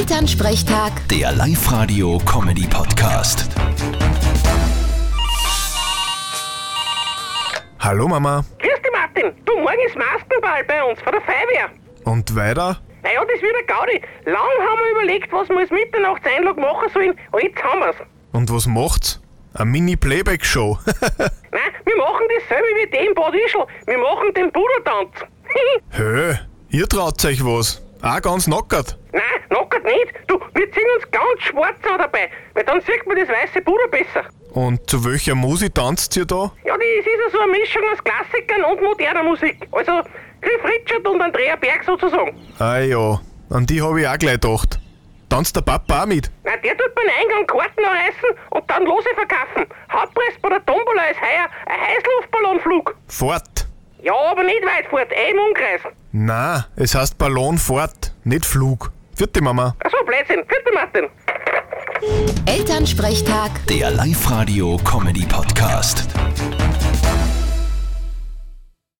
Elternsprechtag, Der Live-Radio-Comedy-Podcast. Hallo Mama. Grüß dich, Martin. Du, morgen ist Maskenball bei uns von der Feuerwehr. Und weiter? Naja, das wird ein Gaudi. Lang haben wir überlegt, was wir als Mitternachtseinlag machen sollen, und jetzt haben wir's. Und was macht's? Eine Mini-Playback-Show. Nein, wir machen dasselbe wie dem Bad Ischl. Wir machen den Pudeltanz. Hö, ihr traut euch was. Auch ganz knockert. Nein, nackert nicht. Du, wir ziehen uns ganz schwarz an dabei, weil dann sieht man das weiße Pudel besser. Und zu welcher Musik tanzt ihr da? Ja, das ist ja so eine Mischung aus Klassikern und moderner Musik. Also Cliff Richard und Andrea Berg sozusagen. Ah ja, an die habe ich auch gleich gedacht. Tanzt der Papa auch mit? Na, der tut beim Eingang Karten anreißen und dann Lose verkaufen. Hauptpreis bei der Tombola ist heuer ein Heißluftballonflug. Fort. Ja, aber nicht weit fort, eh im Umkreis. Na, es heißt Ballon fort, nicht Flug. Vierte Mama. Achso, Blödsinn. Vierte Martin. Elternsprechtag. Der Live-Radio-Comedy-Podcast.